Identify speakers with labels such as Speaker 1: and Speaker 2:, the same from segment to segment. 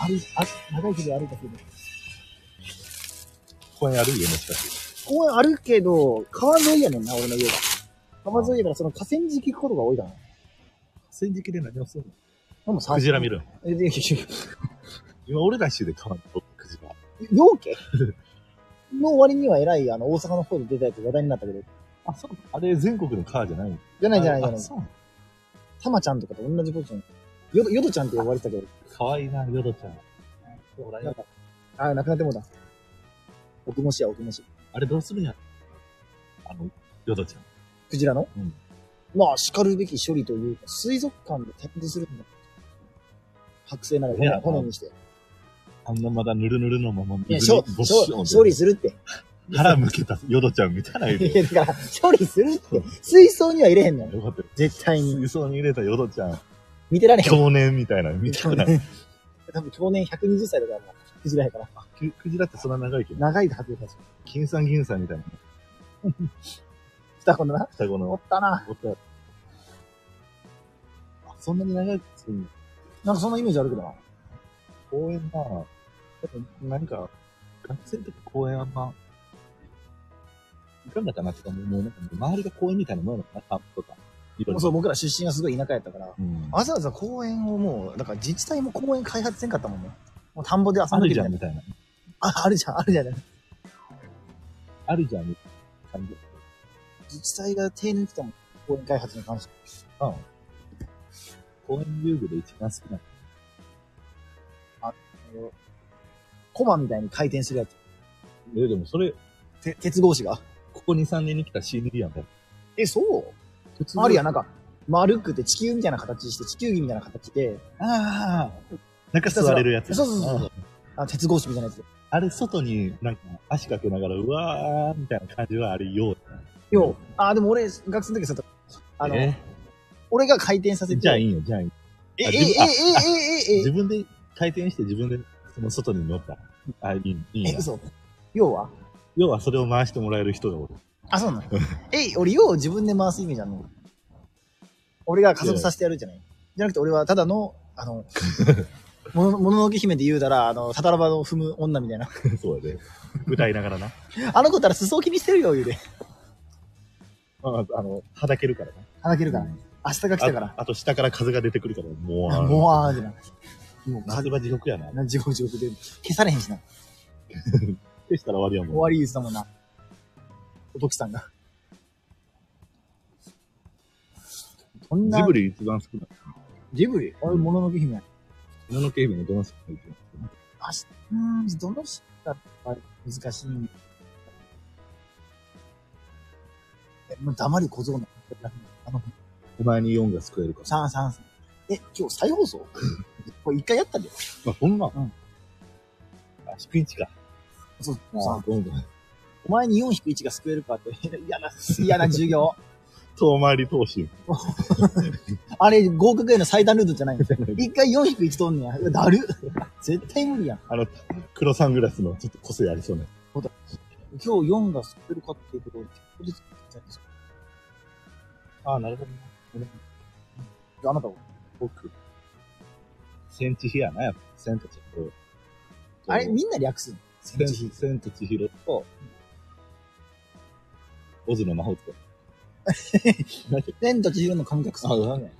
Speaker 1: ある、あ、長い距離歩いたけど。
Speaker 2: 公園ある家の近く。
Speaker 1: 公園あるけど、川沿いやねんな、俺の家が。川沿いやから、その河川敷行くことが多いだな。
Speaker 2: 戦時期で何をするの
Speaker 1: でもさ
Speaker 2: クジラ見るの
Speaker 1: え、で、
Speaker 2: 今俺ら一周で川にとったクジラ。
Speaker 1: 陽家の割には偉い、あの、大阪の方で出たやつ話題になったけど、
Speaker 2: あ、そうあれ全国の川じゃないの
Speaker 1: じゃないじゃないじゃ
Speaker 2: あ
Speaker 1: ない。
Speaker 2: そうなの
Speaker 1: たまちゃんとかと同じポジション。よど、よどちゃんって呼ばれてたけど、
Speaker 2: かわいいな、ヨドちゃん。ほら
Speaker 1: なんか、ああ、なくなってもうた。奥もしや、奥もし。
Speaker 2: あれどうするんやあの、ヨドちゃん。
Speaker 1: クジラの、
Speaker 2: うん
Speaker 1: まあ、叱るべき処理というか、水族館で展示するんだ。剥製なが
Speaker 2: い
Speaker 1: ら
Speaker 2: や
Speaker 1: 骨にして。
Speaker 2: あんなまだぬるぬるのまま
Speaker 1: いや、
Speaker 2: 水に
Speaker 1: 処
Speaker 2: ぼっしょ
Speaker 1: 処
Speaker 2: ん
Speaker 1: 処理するって。
Speaker 2: 腹向けたヨドちゃんみたいな色
Speaker 1: いや、だから、処理するって。水槽には入れへんのよ。
Speaker 2: よかったよ。
Speaker 1: 絶対に。
Speaker 2: 水槽に入れたヨドちゃん。
Speaker 1: 見てられへん。
Speaker 2: 少年みたいな、みたいな。
Speaker 1: 多分、去年120歳だからな、クジラやから。
Speaker 2: ククジラってそんな長いけど、
Speaker 1: 長いはずだし。
Speaker 2: 金さん銀さんみたいな。
Speaker 1: 双子のな。
Speaker 2: 双子
Speaker 1: おっ
Speaker 2: の。
Speaker 1: たな。
Speaker 2: おったあ、そんなに長くするの
Speaker 1: なんかそんなイメージあるけどな。
Speaker 2: 公園なやっぱ何か、学生の時公園あんま、いかんだかなってか、もうなんか、周りが公園みたいなもんやのかな、田んぼとか。緑と
Speaker 1: そう、
Speaker 2: か
Speaker 1: 僕ら出身がすごい田舎やったから、
Speaker 2: うん。
Speaker 1: わざわざ公園をもう、だから自治体も公園開発せんかったもんね。もう田んぼで遊
Speaker 2: あ
Speaker 1: んで
Speaker 2: る
Speaker 1: る
Speaker 2: じ
Speaker 1: み
Speaker 2: ゃ
Speaker 1: たい
Speaker 2: ん
Speaker 1: な
Speaker 2: みたいな。
Speaker 1: あ、あるじゃん、あるじゃん。
Speaker 2: あるじゃんみたいな感じ。
Speaker 1: 自治体が手抜きたもん、公園開発に関して。
Speaker 2: うん。公園遊具で一番好きなの。
Speaker 1: あのコマみたいに回転するやつ。
Speaker 2: え、でもそれ、
Speaker 1: て鉄格子が。
Speaker 2: ここ2、3年に来た CD やんか。
Speaker 1: え、そう
Speaker 2: 普通
Speaker 1: あるやん、なんか、丸くて地球みたいな形して、地球儀みたいな形で、
Speaker 2: ああ。なんか座れるやつ。。
Speaker 1: そうそうそうそうあ鉄格子みたいなやつ。
Speaker 2: あれ、外になんか足かけながら、うわーみたいな感じはあれ、よう。
Speaker 1: よう、あ、でも俺、学生の時さ、あの、
Speaker 2: え
Speaker 1: 俺が回転させて、
Speaker 2: じゃあいいよ、じゃあいいよ。
Speaker 1: え、え、
Speaker 2: あ
Speaker 1: え、え
Speaker 2: 自分あ、
Speaker 1: え、え、え
Speaker 2: 自、分で回転して自分でその外に乗った。あ、いい、いい
Speaker 1: え、
Speaker 2: や。
Speaker 1: 嘘。要は
Speaker 2: 要はそれを回してもらえる人がおる。
Speaker 1: あ、そうなのえ、俺、よう自分で回すイメージあんの俺が加速させてやるじゃないじゃなくて俺はただの、あの、ものもののけ姫で言うたら、あの、タタラバを踏む女みたいな。
Speaker 2: そうやで。歌い ながらな。
Speaker 1: あの子ったら裾を気にしてるよ、言うで。
Speaker 2: まあ、あの、はだけるからな。
Speaker 1: はだけるから。明日が来たから。
Speaker 2: ああと下から風が出てくるから、もう。
Speaker 1: もう、あーじゃな。もう、
Speaker 2: 夏場地獄やな。
Speaker 1: な地獄地獄で。消されへんしな。
Speaker 2: でしたら終わりや
Speaker 1: 終
Speaker 2: もん。
Speaker 1: わり言うてたもんな。おときさんが。そんな。
Speaker 2: ジブリ一番好きな。
Speaker 1: ジブリ俺、もののけ姫や。
Speaker 2: 犬の警備のどの人が一番好きな
Speaker 1: あし、うーん、どの人だったら難しい。え、もう黙り小僧な。あの、
Speaker 2: お前に4が救えるか。
Speaker 1: さんさん。え、今日再放 送これ一回やったんだよ。
Speaker 2: まあ、ほんま。
Speaker 1: うん
Speaker 2: あ、低い位置か。
Speaker 1: そう、
Speaker 2: あ
Speaker 1: さ
Speaker 2: あ、どんどん。
Speaker 1: お前に4引く1が救えるかって、嫌な、嫌な授業。
Speaker 2: 遠回り投資。
Speaker 1: あれ、合格への最短ルートじゃないの。一回4引く1とんねや。うわだる。 絶対無理やん。
Speaker 2: あの、黒サングラスのちょっと個性ありそうな。
Speaker 1: 今日4が救えるかっていうことを、ここで作ったんですよ
Speaker 2: ああ、なるほど。
Speaker 1: あなたは。
Speaker 2: 僕、センチヒやな、やっぱ。千と千尋。
Speaker 1: あれ、みんな略すの
Speaker 2: 千千と千尋と、オズの魔法 使い。
Speaker 1: 千と千尋の神隠し。
Speaker 2: うわね。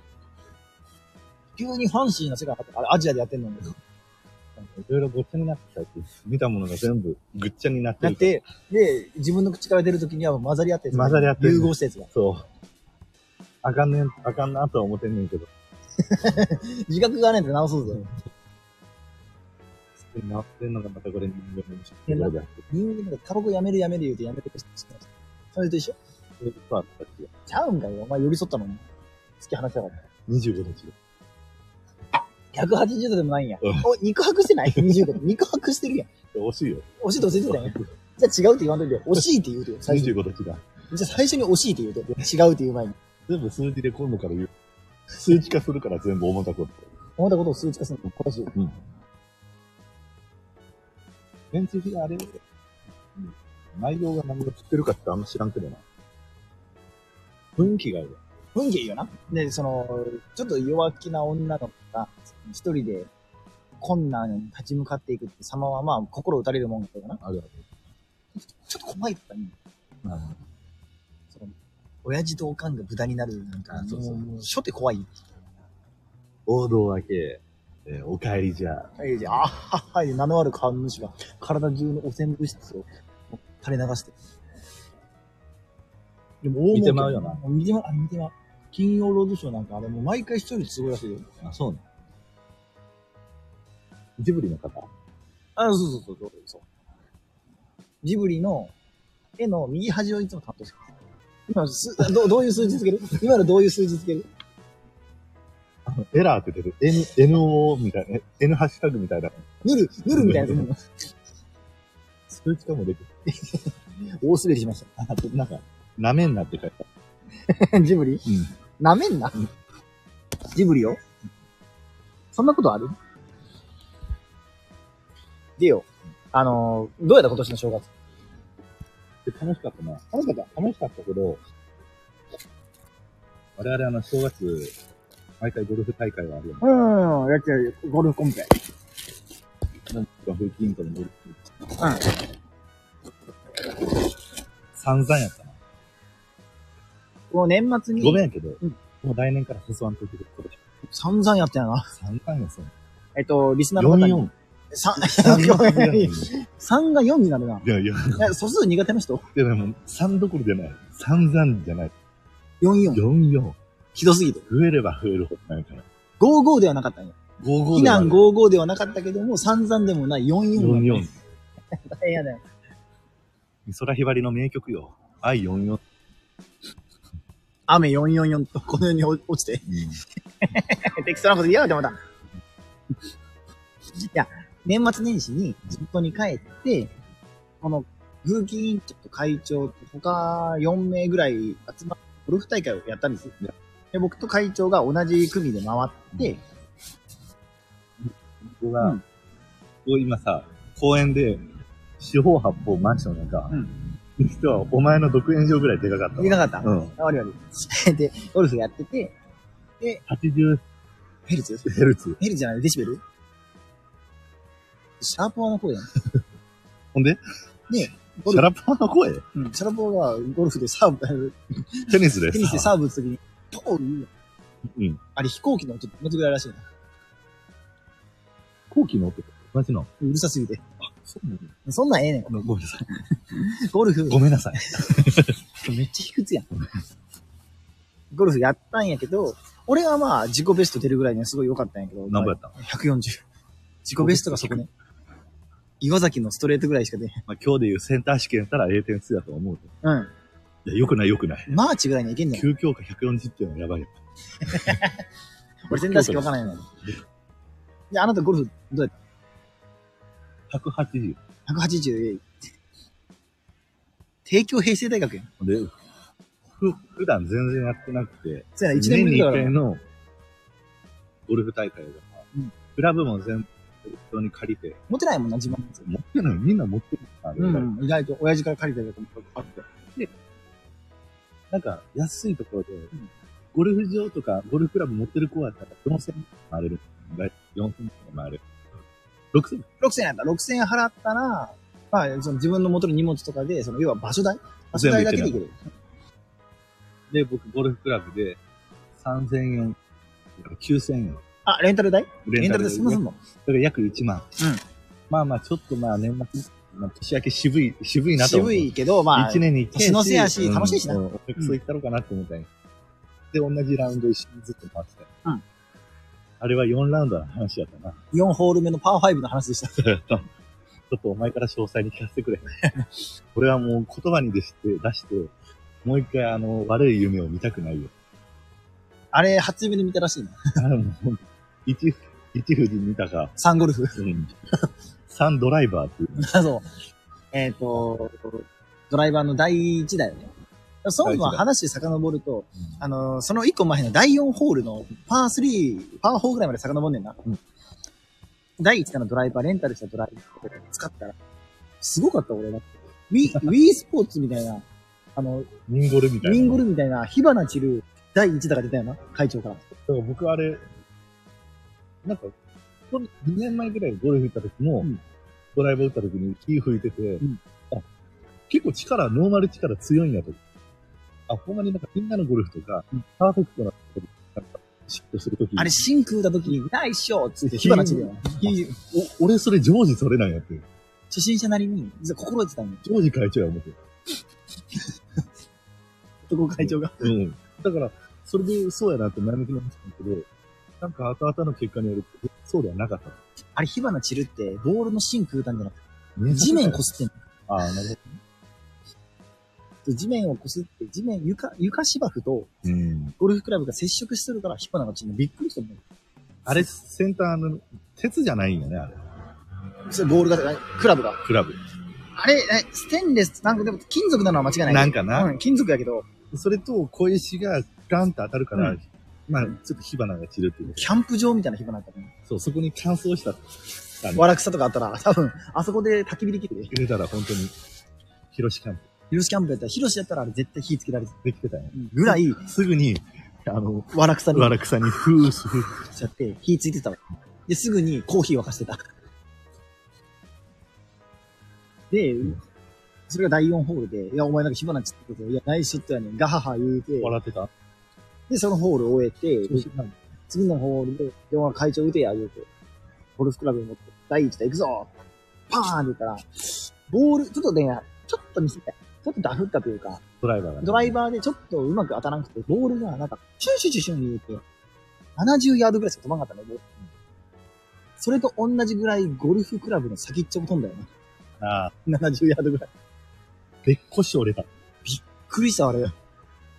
Speaker 1: 急にファンシーな世界があれ、アジアでやってんのに。
Speaker 2: いろいろごっちゃになってきたって、見たものが全部ぐっちゃになって
Speaker 1: だ
Speaker 2: る
Speaker 1: っ
Speaker 2: から。
Speaker 1: て、で、自分の口から出るときにはもう混ざり合ってる
Speaker 2: 混ざり合ってる
Speaker 1: 融合したやつが。
Speaker 2: そう。あかんねん、あかんなとは思ってんねんけど。
Speaker 1: 自覚がねえんで直そうぜ。
Speaker 2: なってんのがまたこれ人間の仕事だ。
Speaker 1: 人間がタバコやめるやめる言うてやめてくる人知ってますそれと一緒
Speaker 2: そういうことあったっけ
Speaker 1: ちゃうんかよ。お前寄り添ったのに。好き話だから。
Speaker 2: 25度違う。
Speaker 1: 180度でもないんや。
Speaker 2: うん
Speaker 1: お、肉薄してない ?25 度。肉薄してるやん。
Speaker 2: 惜しいよ。
Speaker 1: 惜しいと忘れてたやん。じゃあ違うって言わんといてよ。惜しいって言うてよ。最初に。
Speaker 2: 25度違う。
Speaker 1: じゃあ最初に惜しいって言うてよ。違うって言う前に。
Speaker 2: 全部数字で今度から言う。数値化するから全部重たくなる。
Speaker 1: 思ったことを数値化するの。今年。
Speaker 2: うん。現地日があれ、うん、内容が何を知ってるかってあんま知らんけどな。雰囲気があるわ。
Speaker 1: 文芸よな。で、その、ちょっと弱気な女の子が、一人で、困難に立ち向かっていくって様はまあ心打たれるもんだからな。
Speaker 2: あるある。
Speaker 1: ちょっと怖いとかね。
Speaker 2: まあ、
Speaker 1: その、親父とおかんが無駄になるなんか、
Speaker 2: あそうそう
Speaker 1: もう、初手怖い。
Speaker 2: 王道明け、えーお帰りじゃ。
Speaker 1: はい、じゃあ、あはっは、い、名のある川主が体中の汚染物質を垂れ流して。でも大儲け
Speaker 2: 見てまうよな。
Speaker 1: 見てまう、あ、見てまう。金曜ロードショーなんかあれもう毎回視聴率すごいらしいよ。
Speaker 2: あ、そうね。ジブリの方
Speaker 1: あ、そうそうそうそうそう。ジブリの絵の右端をいつも担当してます。今す どう、どういう数字つける今のどういう数字つける
Speaker 2: あの、エラーって出てる。N、NO みたいな、え N ハッシュタグみたいな。
Speaker 1: ぬる、ぬるみたいなやつ。
Speaker 2: 数値化も出てる。
Speaker 1: 大滑りしまし
Speaker 2: あ、なんか、なめんなって書いてあ
Speaker 1: た。ジブリ
Speaker 2: る。うん。
Speaker 1: なめんな。ジブリよ。そんなことあるでよ、あのー、どうやった今年の正月。
Speaker 2: で、楽しかったな。楽しかった楽しかったけど、我々あの、正月、毎回ゴルフ大会はあるよね。
Speaker 1: うん、やっちゃうゴルフコンペ。
Speaker 2: なんか、フリキントのゴルフ。
Speaker 1: うん。
Speaker 2: 散々やったな。
Speaker 1: この年末に。
Speaker 2: ごめんやけど、
Speaker 1: うん
Speaker 2: もう来年から誘わんといてくれ。
Speaker 1: 散々やったやな。
Speaker 2: 散々やそう。
Speaker 1: えっと、リスナーの方に。
Speaker 2: 4-4。
Speaker 1: 三
Speaker 2: 3-4
Speaker 1: 3が4になるな。
Speaker 2: いやいや、
Speaker 1: いや素数苦手な人
Speaker 2: でも、3どころじゃない。散々じゃない。
Speaker 1: ?44。
Speaker 2: 44。
Speaker 1: ひどすぎて。
Speaker 2: 増えれば増えるほどなんやから。
Speaker 1: 55ではなかったんよ。
Speaker 2: 55
Speaker 1: 避難55ではなかったけども、散々でもない44。
Speaker 2: 44。
Speaker 1: 大 変やだよ。
Speaker 2: 美空ひばりの名曲よ。愛44。
Speaker 1: 雨444とこの世に落ちて。適当なこと言いやがってまた。いや、年末年始に地元に帰って、この、風紀委員長と会長と他4名ぐらい集まって、ゴルフ大会をやったんですよ。で、僕と会長が同じ組で回って、
Speaker 2: 僕は、こう今さ、公園で、四方八方マンションなんか、
Speaker 1: うん。
Speaker 2: 実はお前の独演場ぐらいでかかった
Speaker 1: で
Speaker 2: わ。
Speaker 1: かかった。
Speaker 2: うん。
Speaker 1: あ、悪い悪い。 で、ゴルフやってて、
Speaker 2: 80
Speaker 1: ヘルツ
Speaker 2: ヘルツ。
Speaker 1: ヘルツじゃないデシベルシャープワの声だね。
Speaker 2: ほんで、
Speaker 1: ゴ
Speaker 2: シャ
Speaker 1: ル
Speaker 2: ラパーの声
Speaker 1: フ、うん、シャープワがゴルフでサーブ、
Speaker 2: テニスで
Speaker 1: テニスで
Speaker 2: さ。
Speaker 1: サーブ打つときに、ポーン言うやん
Speaker 2: うん。
Speaker 1: あれ飛行機の音と同じぐらいらしいな。
Speaker 2: 後期の音マジの。
Speaker 1: うるさすぎて。
Speaker 2: そうな
Speaker 1: そんなんええねん。
Speaker 2: のごめんなさい。
Speaker 1: ゴルフ、
Speaker 2: ごめんなさい。
Speaker 1: めっちゃ卑屈やん。ゴルフやったんやけど、俺はまあ自己ベスト出るぐらいにはすごい良かったんやけど、
Speaker 2: 何ぼやったの
Speaker 1: 140。自己ベストがそこね。岩崎のストレートぐらいしか出へん。
Speaker 2: まあ、今日でいうセンター試験やったら A 点数やと思うけど。
Speaker 1: うん。
Speaker 2: いや、よくないよくない。
Speaker 1: マーチぐらいにはいけんねん。
Speaker 2: 9教科140点はやばいよ。
Speaker 1: 俺全然しかわからないのよ。で、あなたゴルフどうやっ
Speaker 2: 180。
Speaker 1: た ?180。帝京平成大学やん。
Speaker 2: で、ふ、普段全然やってなくて、
Speaker 1: そうやな、1年ぶり
Speaker 2: に
Speaker 1: だ
Speaker 2: 1
Speaker 1: から
Speaker 2: 回。のゴルフ大会が、
Speaker 1: うん
Speaker 2: クラブも全部に借りて、
Speaker 1: 持てないもんな、自慢のやつ。
Speaker 2: 持ってないみんな持ってるから、
Speaker 1: うん、意外と親父から借りたやつもあって。
Speaker 2: なんか安いところで、
Speaker 1: ん
Speaker 2: ゴルフ場とかゴルフクラブ持ってる子やったら4000円回れる。4000円回れる。6000円
Speaker 1: 6000円やった。6000円払ったら、まあ、その自分の元の荷物とかで、その、要は場所代場所代だけでいける。
Speaker 2: で、僕ゴルフクラブで3000円、9000円。
Speaker 1: あ、レンタル代レ
Speaker 2: レ
Speaker 1: ンタル代そんなすんの
Speaker 2: それが約1万。
Speaker 1: うん
Speaker 2: まあまあ、ちょっとまあ年末、まあ、年明け渋い、渋いなと思っ
Speaker 1: 渋
Speaker 2: て。
Speaker 1: いけど、まあ
Speaker 2: 一、年に一回
Speaker 1: 年の瀬やし楽しいしな
Speaker 2: うんうん俺そう行ったろうかなって思ったんやで、同じラウンド一緒にずっと回ってた。
Speaker 1: うん
Speaker 2: あれは4ラウンドの話やったな。
Speaker 1: 4ホール目のパー5の話でした。
Speaker 2: ちょっとお前から詳細に聞かせてくれ。 俺はもう言葉に出して、出して、もう一回あの、悪い夢を見たくないよ。
Speaker 1: あれ、初夢で見たらしいな。
Speaker 2: あれもう、一、一富士見たか、
Speaker 1: サンゴルフ。
Speaker 2: うん。三ドライバーっていう。
Speaker 1: あ、そう。えっ、と、ドライバーの第1だよね。そもそも話遡ると、あの、その1個前の第4ホールのパー3、パー4ぐらいまで遡んねんな。
Speaker 2: うん
Speaker 1: 第1弾のドライバー、レンタルしたドライバー使ったら、すごかった俺だって。Wii、Wii スポーツみたいな、あの、
Speaker 2: ミンゴルみたいな。
Speaker 1: ミンゴルみたいな、火花散る第1弾が出たよな、会長から。
Speaker 2: だから僕あれ、なんか、この2年前ぐらいゴルフ行った時も、
Speaker 1: うん
Speaker 2: ドライバー打った時に火吹いてて、
Speaker 1: ん
Speaker 2: あ、結構力、ノーマル力強いんやと。あ、ほんまになんかみんなのゴルフとか、パーフェクトな時なんか、嫉妬する時
Speaker 1: あれ、真空だときに、ないっしょつって、火花散るよね。火
Speaker 2: お俺それ常時それなんやって。
Speaker 1: 初心者なりに、実は心得てたんだよ。
Speaker 2: 常時会長や思って。
Speaker 1: そこ会長が。
Speaker 2: うん。だから、それでそうやなって前向きな話なんだけど、なんか後々の結果によると、そうではなかった。
Speaker 1: あれ、火花散るって、ボールの芯空たんじゃなく
Speaker 2: ね
Speaker 1: て、地面こすってんの
Speaker 2: ああ、なるほど。
Speaker 1: で地面をこすって、地面、床、床芝生と
Speaker 2: うん。
Speaker 1: ゴルフクラブが接触してるから火花が散るの。びっくりしたもん。
Speaker 2: あれ、センターの、鉄じゃないんよね、あれ。
Speaker 1: それボールが、クラブが。
Speaker 2: クラブ。
Speaker 1: あれ、えステンレス、なんかでも金属なのは間違いない。
Speaker 2: なんかな
Speaker 1: うん、金属やけど、
Speaker 2: それと小石がガンって当たるから、
Speaker 1: うん
Speaker 2: まあ、ちょっと火花が散るっていう。
Speaker 1: キャンプ場みたいな火花だったね。
Speaker 2: そう、そこに乾燥した、あの、
Speaker 1: わらくさとかあったら、多分、あそこで焚き火できるで。
Speaker 2: 入れたら本当に、広しキャンプ
Speaker 1: ヒロシキャンプやったら、ヒロシやったらあれ絶対火つけられて
Speaker 2: できてたんや。
Speaker 1: るぐらい、
Speaker 2: すぐに、あの、
Speaker 1: わらくさに
Speaker 2: わらくさに、ふーすふー。
Speaker 1: しちゃって、火ついてたわ。で、すぐにコーヒー沸かしてた。で、それが第4ホールで、いや、お前なんか火花散ってこといや、ナイスショットやねん。ガハハ言うて、
Speaker 2: 笑ってた
Speaker 1: で、そのホールを終えて、次のホールで、電話会長打てや、言うて、ゴルフクラブに持って、第1打行くぞパーンって言ったら、ボール、ちょっとね、ちょっと見せたい。ちょっとダフったというか、
Speaker 2: ドライバーがね、
Speaker 1: ドライバーでちょっとうまく当たらなくて、ボールがなんか、シュンシュンシュンシュン言うて、70ヤードぐらいしか飛ばなかったの、ボールそれと同じぐらいゴルフクラブの先っちょも飛んだよね。
Speaker 2: ああ、
Speaker 1: 70ヤードぐらい。
Speaker 2: べっこし折れた。、
Speaker 1: びっくりした、あれ。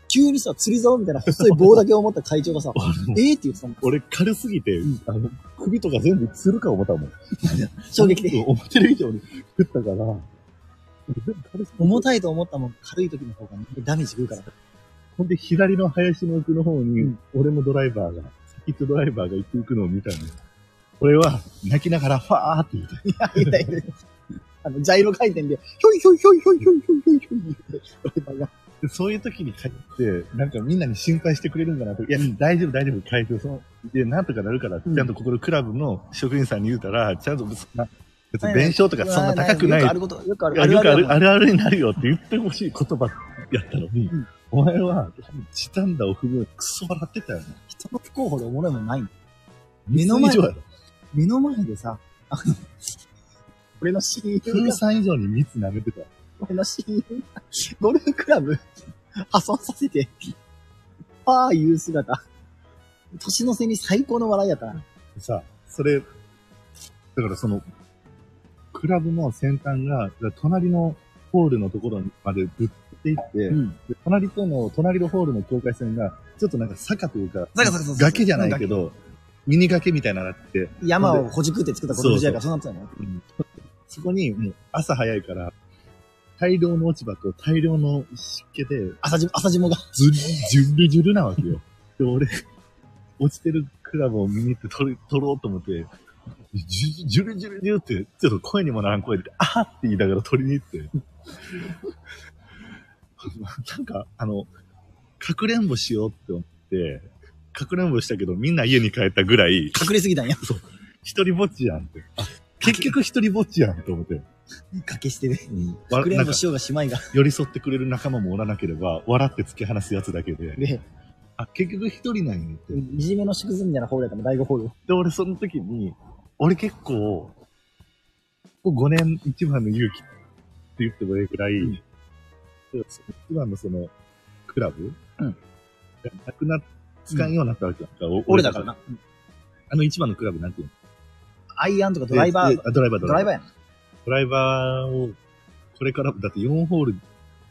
Speaker 1: 急にさ、釣り竿みたいな細い棒だけを持った会長がさ
Speaker 2: 俺も
Speaker 1: ええって言ってたもん。
Speaker 2: 俺軽すぎて、
Speaker 1: うん
Speaker 2: あの、首とか全部つるか思ったもん。
Speaker 1: 衝撃的。
Speaker 2: 思ってる以上に食ったから、全部軽すぎて
Speaker 1: 重たいと思ったもん、軽い時の方がダメージ食うから。
Speaker 2: ほんで、左の林の奥の方
Speaker 1: う
Speaker 2: に
Speaker 1: ん、
Speaker 2: 俺もドライバーが、先っちょドライバーが行っていくのを見たのよ。俺は、泣きながら、ファーって言うて、
Speaker 1: いやいやいやあの、ジャイロ回転で、ひょいひょいひょいひょいひょいひょいひょいひょい言ってドライバーが
Speaker 2: でそういう時に帰って、なんかみんなに心配してくれるんだなと。いや、大丈夫、大丈夫、会長、その、で、なんとかなるから、ち
Speaker 1: うん
Speaker 2: ゃんとここのクラブの職員さんに言うたら、ちゃんと、そんな、別に弁償とかそんな高くない
Speaker 1: よくあること、よくあ
Speaker 2: い
Speaker 1: る。
Speaker 2: やよくある、
Speaker 1: あ
Speaker 2: あるあるになるよって言ってほしい言葉やったのに、
Speaker 1: うん
Speaker 2: お前は、チタンダを踏む、クソ笑ってたよね。
Speaker 1: 人の不幸ほどおもろいもんないの
Speaker 2: 目
Speaker 1: 目の前
Speaker 2: 以上やろ。
Speaker 1: 目の前でさ、あの、俺の親友
Speaker 2: 風
Speaker 1: が、
Speaker 2: さ以上に蜜舐めてた。
Speaker 1: 俺の親友が、ゴルフクラブ、破損させて、ああいう姿。年の瀬に最高の笑いやったな。
Speaker 2: さ、それ、だからその、クラブの先端が、だから隣のホールのところまでぶっていって、
Speaker 1: ん。
Speaker 2: で隣との、隣のホールの境界線が、ちょっとなんか坂というか、
Speaker 1: 坂坂坂坂
Speaker 2: 崖じゃないけど、ミニ崖みたいなのがあって、
Speaker 1: 山をほじくって作った子供時代からそうなってたの
Speaker 2: そこにもう朝早いから、大量の落ち葉と大量の湿気で、
Speaker 1: 朝じ、朝じもが。
Speaker 2: ずる、じゅるじゅるなわけよ。で、俺、落ちてるクラブを見に行って撮り、撮ろうと思って、じゅ、じゅるじゅるじゅるって、ちょっと声にもならん声で、あはって言いながら撮りに行って。 なんか、あの、かくれんぼしようって思って、かくれんぼしたけど、みんな家に帰ったぐらい、
Speaker 1: 隠れすぎたんや。
Speaker 2: 一人ぼっちやんって。結局一人ぼっちやんと思って。
Speaker 1: かけしてね。
Speaker 2: わ
Speaker 1: クレ
Speaker 2: な
Speaker 1: ー
Speaker 2: んか
Speaker 1: ムしようがしまいが。
Speaker 2: 寄り添ってくれる仲間もおらなければ、笑って突き放すやつだけで、
Speaker 1: で、
Speaker 2: あ、結局一人なんやって。
Speaker 1: いじめの縮図みたいなホールやったの、第5ホール。
Speaker 2: で、俺その時に、俺結構、ここ5年一番の勇気って言ってもいいくらい、その一番のその、クラブ
Speaker 1: うん
Speaker 2: がなくな、使うようになったわけだから、お
Speaker 1: 俺だから。な。
Speaker 2: あの一番のクラブなんていうの
Speaker 1: アイアンとかドライバ
Speaker 2: で
Speaker 1: ー
Speaker 2: で、あドライバー、
Speaker 1: ド
Speaker 2: ド
Speaker 1: ラ
Speaker 2: ラ
Speaker 1: イ
Speaker 2: イ
Speaker 1: バー
Speaker 2: バー。
Speaker 1: やん。
Speaker 2: ドライバーを、これから、だって4ホール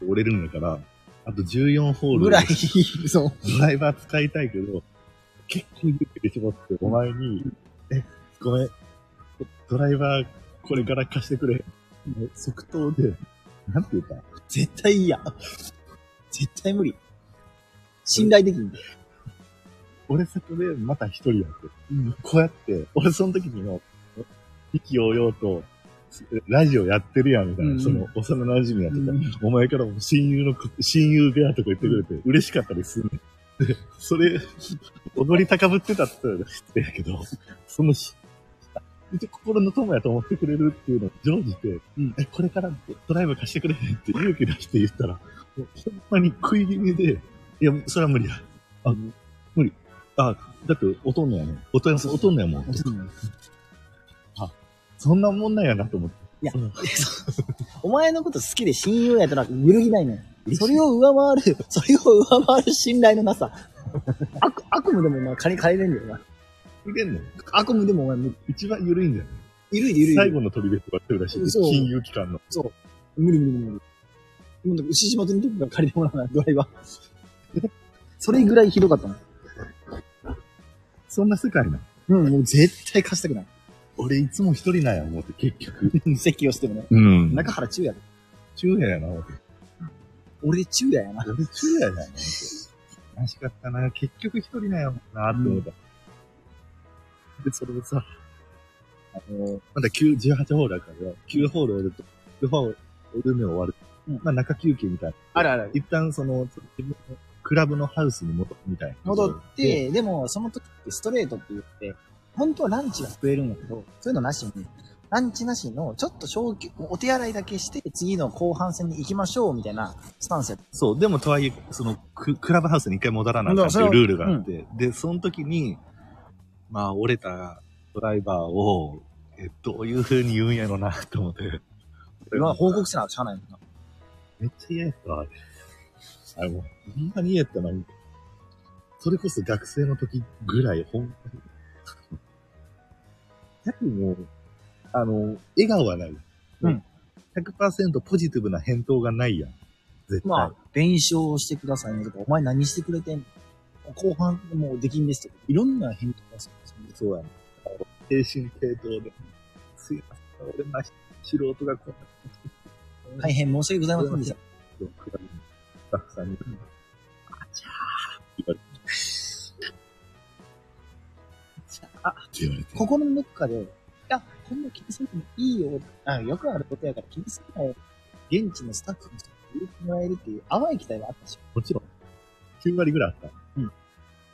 Speaker 2: 折れるんだから、あと14ホール。
Speaker 1: ぐらい、 そう。
Speaker 2: ドライバー使いたいけど、結構言ってしまって、お前に、え、ごめん、ドライバーこれから貸してくれ。即答で、なんて言った
Speaker 1: 絶対いいやん。絶対無理。信頼できん。
Speaker 2: 俺そこでまた一人やって。
Speaker 1: うん。
Speaker 2: こうやって、俺その時にの、意気揚々と、ラジオやってるやん、みたいな、
Speaker 1: うん
Speaker 2: その、幼馴染みやってた。お前からも親友のこ、親友がとか言ってくれて、嬉しかったですね。で、それ、踊り高ぶってたって言ったんやけど、そのし、一応心の友やと思ってくれるっていうのを常時で、
Speaker 1: うん
Speaker 2: え、これからドライブ貸してくれへんって勇気出して言ったら、もうほんまに食い気味で、いや、それは無理や。あ、無理。あ、だって、おとんのやねん。おとんおとんのやもん。そんなもんなんやなと思って。
Speaker 1: いや
Speaker 2: うん、
Speaker 1: お前のこと好きで親友やったら揺るぎないねん。それを上回る、それを上回る信頼のなさ。 悪、悪夢でもお前借り借りれんだよな。
Speaker 2: いけんの
Speaker 1: 悪夢でもお前、
Speaker 2: 一番緩いんだよ。
Speaker 1: いるいるいる。
Speaker 2: 最後の取り出とかってるらしい。
Speaker 1: そう
Speaker 2: 金融機関の。
Speaker 1: そう。無理無理無理。もう牛島君の時から借りてもらわない、ドライバー。それぐらいひどかったの。
Speaker 2: そんな世界なの。
Speaker 1: うん、もう絶対貸したくない。
Speaker 2: 俺いつも一人なんや思って、結局。
Speaker 1: 席をしてもね。
Speaker 2: うん
Speaker 1: 中原中也だ。
Speaker 2: 昼夜やな思って。
Speaker 1: 俺中也やな。
Speaker 2: 俺昼夜やな思って。悲しかったな。結局一人なんやもんなって思った。で、それでさ、あの、まだ9、18ホールだから、9ホール俺と、9ホール目終わる。
Speaker 1: うん
Speaker 2: まあ中休憩みたいな。
Speaker 1: あるある。
Speaker 2: 一旦その、ちょっと自分のクラブのハウスに戻るみたいな。
Speaker 1: 戻って、でもその時ってストレートって言って、本当はランチが食えるんだけど、そういうのなしに、ランチなしの、ちょっと小休、お手洗いだけして、次の後半戦に行きましょう、みたいなスタンスやった。
Speaker 2: そう、でもとはいえ、そのク、クラブハウスに一回戻らなあかんっていうルールがあって、で、その時に、まあ、折れたドライバーを、え、どういう風に言うんやろな、と思って。
Speaker 1: まあ報告せなしゃあないもんな。
Speaker 2: めっちゃ嫌やった、あれ。あれもう、ほんまに嫌やったな、それこそ学生の時ぐらい、ほん まに。だってもう、あの、笑顔はない。
Speaker 1: うん。
Speaker 2: 100%ポジティブな返答がないやん。絶対。
Speaker 1: まあ、弁償してくださいねとか、お前何してくれてんの後半もうできんですとか、いろんな返答がするんですよ
Speaker 2: そうやね。精神系統で。すいません、俺まし、素人がこんなこと。
Speaker 1: 大
Speaker 2: い。
Speaker 1: 変申し訳ございませんでした。
Speaker 2: スタッフさんに。あちゃーって言われて。あちゃーって言われて。
Speaker 1: 心のどこかで、いや、こんな気にせんでもいいよ。あよくあることやから気にするなよ。現地のスタッフの人に言ってもらえるっていう淡い期待はあったし。
Speaker 2: もちろん、9割ぐらいあった。
Speaker 1: うん。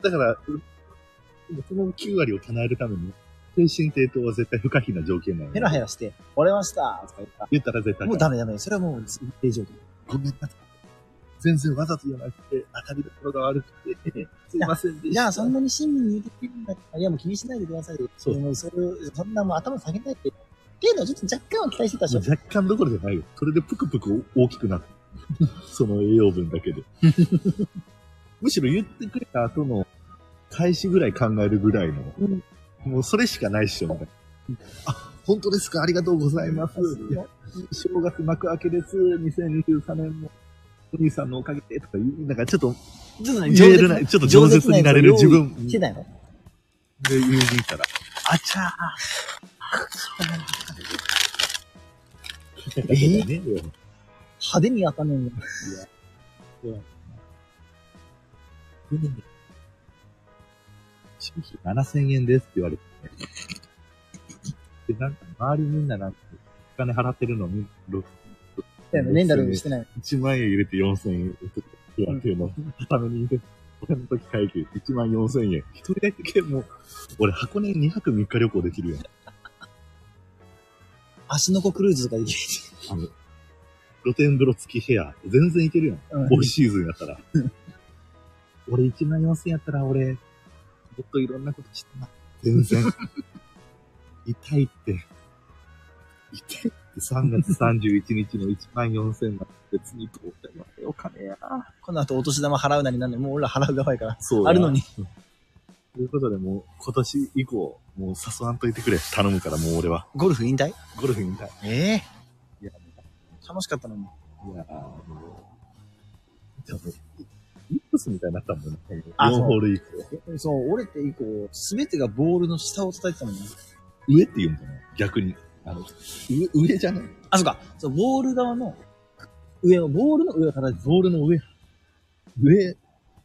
Speaker 2: だから、うその9割を叶えるために、精神抵当は絶対不可避な条件なの。
Speaker 1: ヘラヘラして、折れましたとか言った
Speaker 2: 言ったら絶
Speaker 1: ら。
Speaker 2: 対。
Speaker 1: もうダメダメ。それはもう正常
Speaker 2: ごめんなさい。全然わざとじゃなくて、当たりどころが悪くて、すいませんでした。
Speaker 1: じゃあ、そんなに親身に言ってくれるんだったら、いや、もう気にしないでくださいよ。
Speaker 2: そう
Speaker 1: もそれそんなもう頭下げないって。っていうのをちょっと若干は期待してたでしょ。
Speaker 2: 若干どころじゃないよ。それでぷくぷく大きくなる。 その栄養分だ けで。むしろ言ってくれた後の開始ぐらい考えるぐらいの、
Speaker 1: うん
Speaker 2: もうそれしかないっしょ、みたいな。 あ、本当ですかありがとうございます。いや正月幕開けです。2023年も。お兄さんのおかげでとか言う、なんかちょっと
Speaker 1: ちょっとね
Speaker 2: 言えるな、ちょっと饒舌になれる自分
Speaker 1: してないの
Speaker 2: で友人いたら、あちゃー。
Speaker 1: え
Speaker 2: ねえよ。
Speaker 1: 派手に当たんねんの。
Speaker 2: 商品7000円ですって言われて、で、なんか周りみんななんか、お金払ってるのに、ろ
Speaker 1: みたいなレンダルにしてないの。
Speaker 2: 1万円入れて4000円って言われてるの。ために、俺の時会計1万4000円。一人だけもう、俺箱根2泊3日旅行できるやん。
Speaker 1: 足の子クルーズとかできる。
Speaker 2: あの、露天風呂付き部屋、全然いけるやん。
Speaker 1: うん
Speaker 2: オフシーズンやったら。俺1万4000やったら俺、もっといろんなことしてな。全然。 痛いって。痛いって3月31日の1万4000なんて別にどうでもええお金や。
Speaker 1: この後お年玉払うなりなんで、もう俺ら払う側やから。
Speaker 2: そうや
Speaker 1: あるのに。
Speaker 2: ということでもう今年以降、もう誘わんといてくれ。頼むからもう俺は。
Speaker 1: ゴルフ引退
Speaker 2: ゴルフみたい。
Speaker 1: ええ
Speaker 2: いや、
Speaker 1: 楽しかったのに。
Speaker 2: いやー、もう、じゃあもう、イップスみたいになったもんね。
Speaker 1: あ
Speaker 2: 4
Speaker 1: そう
Speaker 2: ホール以降。
Speaker 1: そう、折れて以降、すべてがボールの下を叩いてたのに。
Speaker 2: 上って言うんじゃない逆に。あの、上、上じゃね
Speaker 1: あ、そうか。そう、ボール側の上を、ボールの上を叩いて
Speaker 2: ボールの上、上、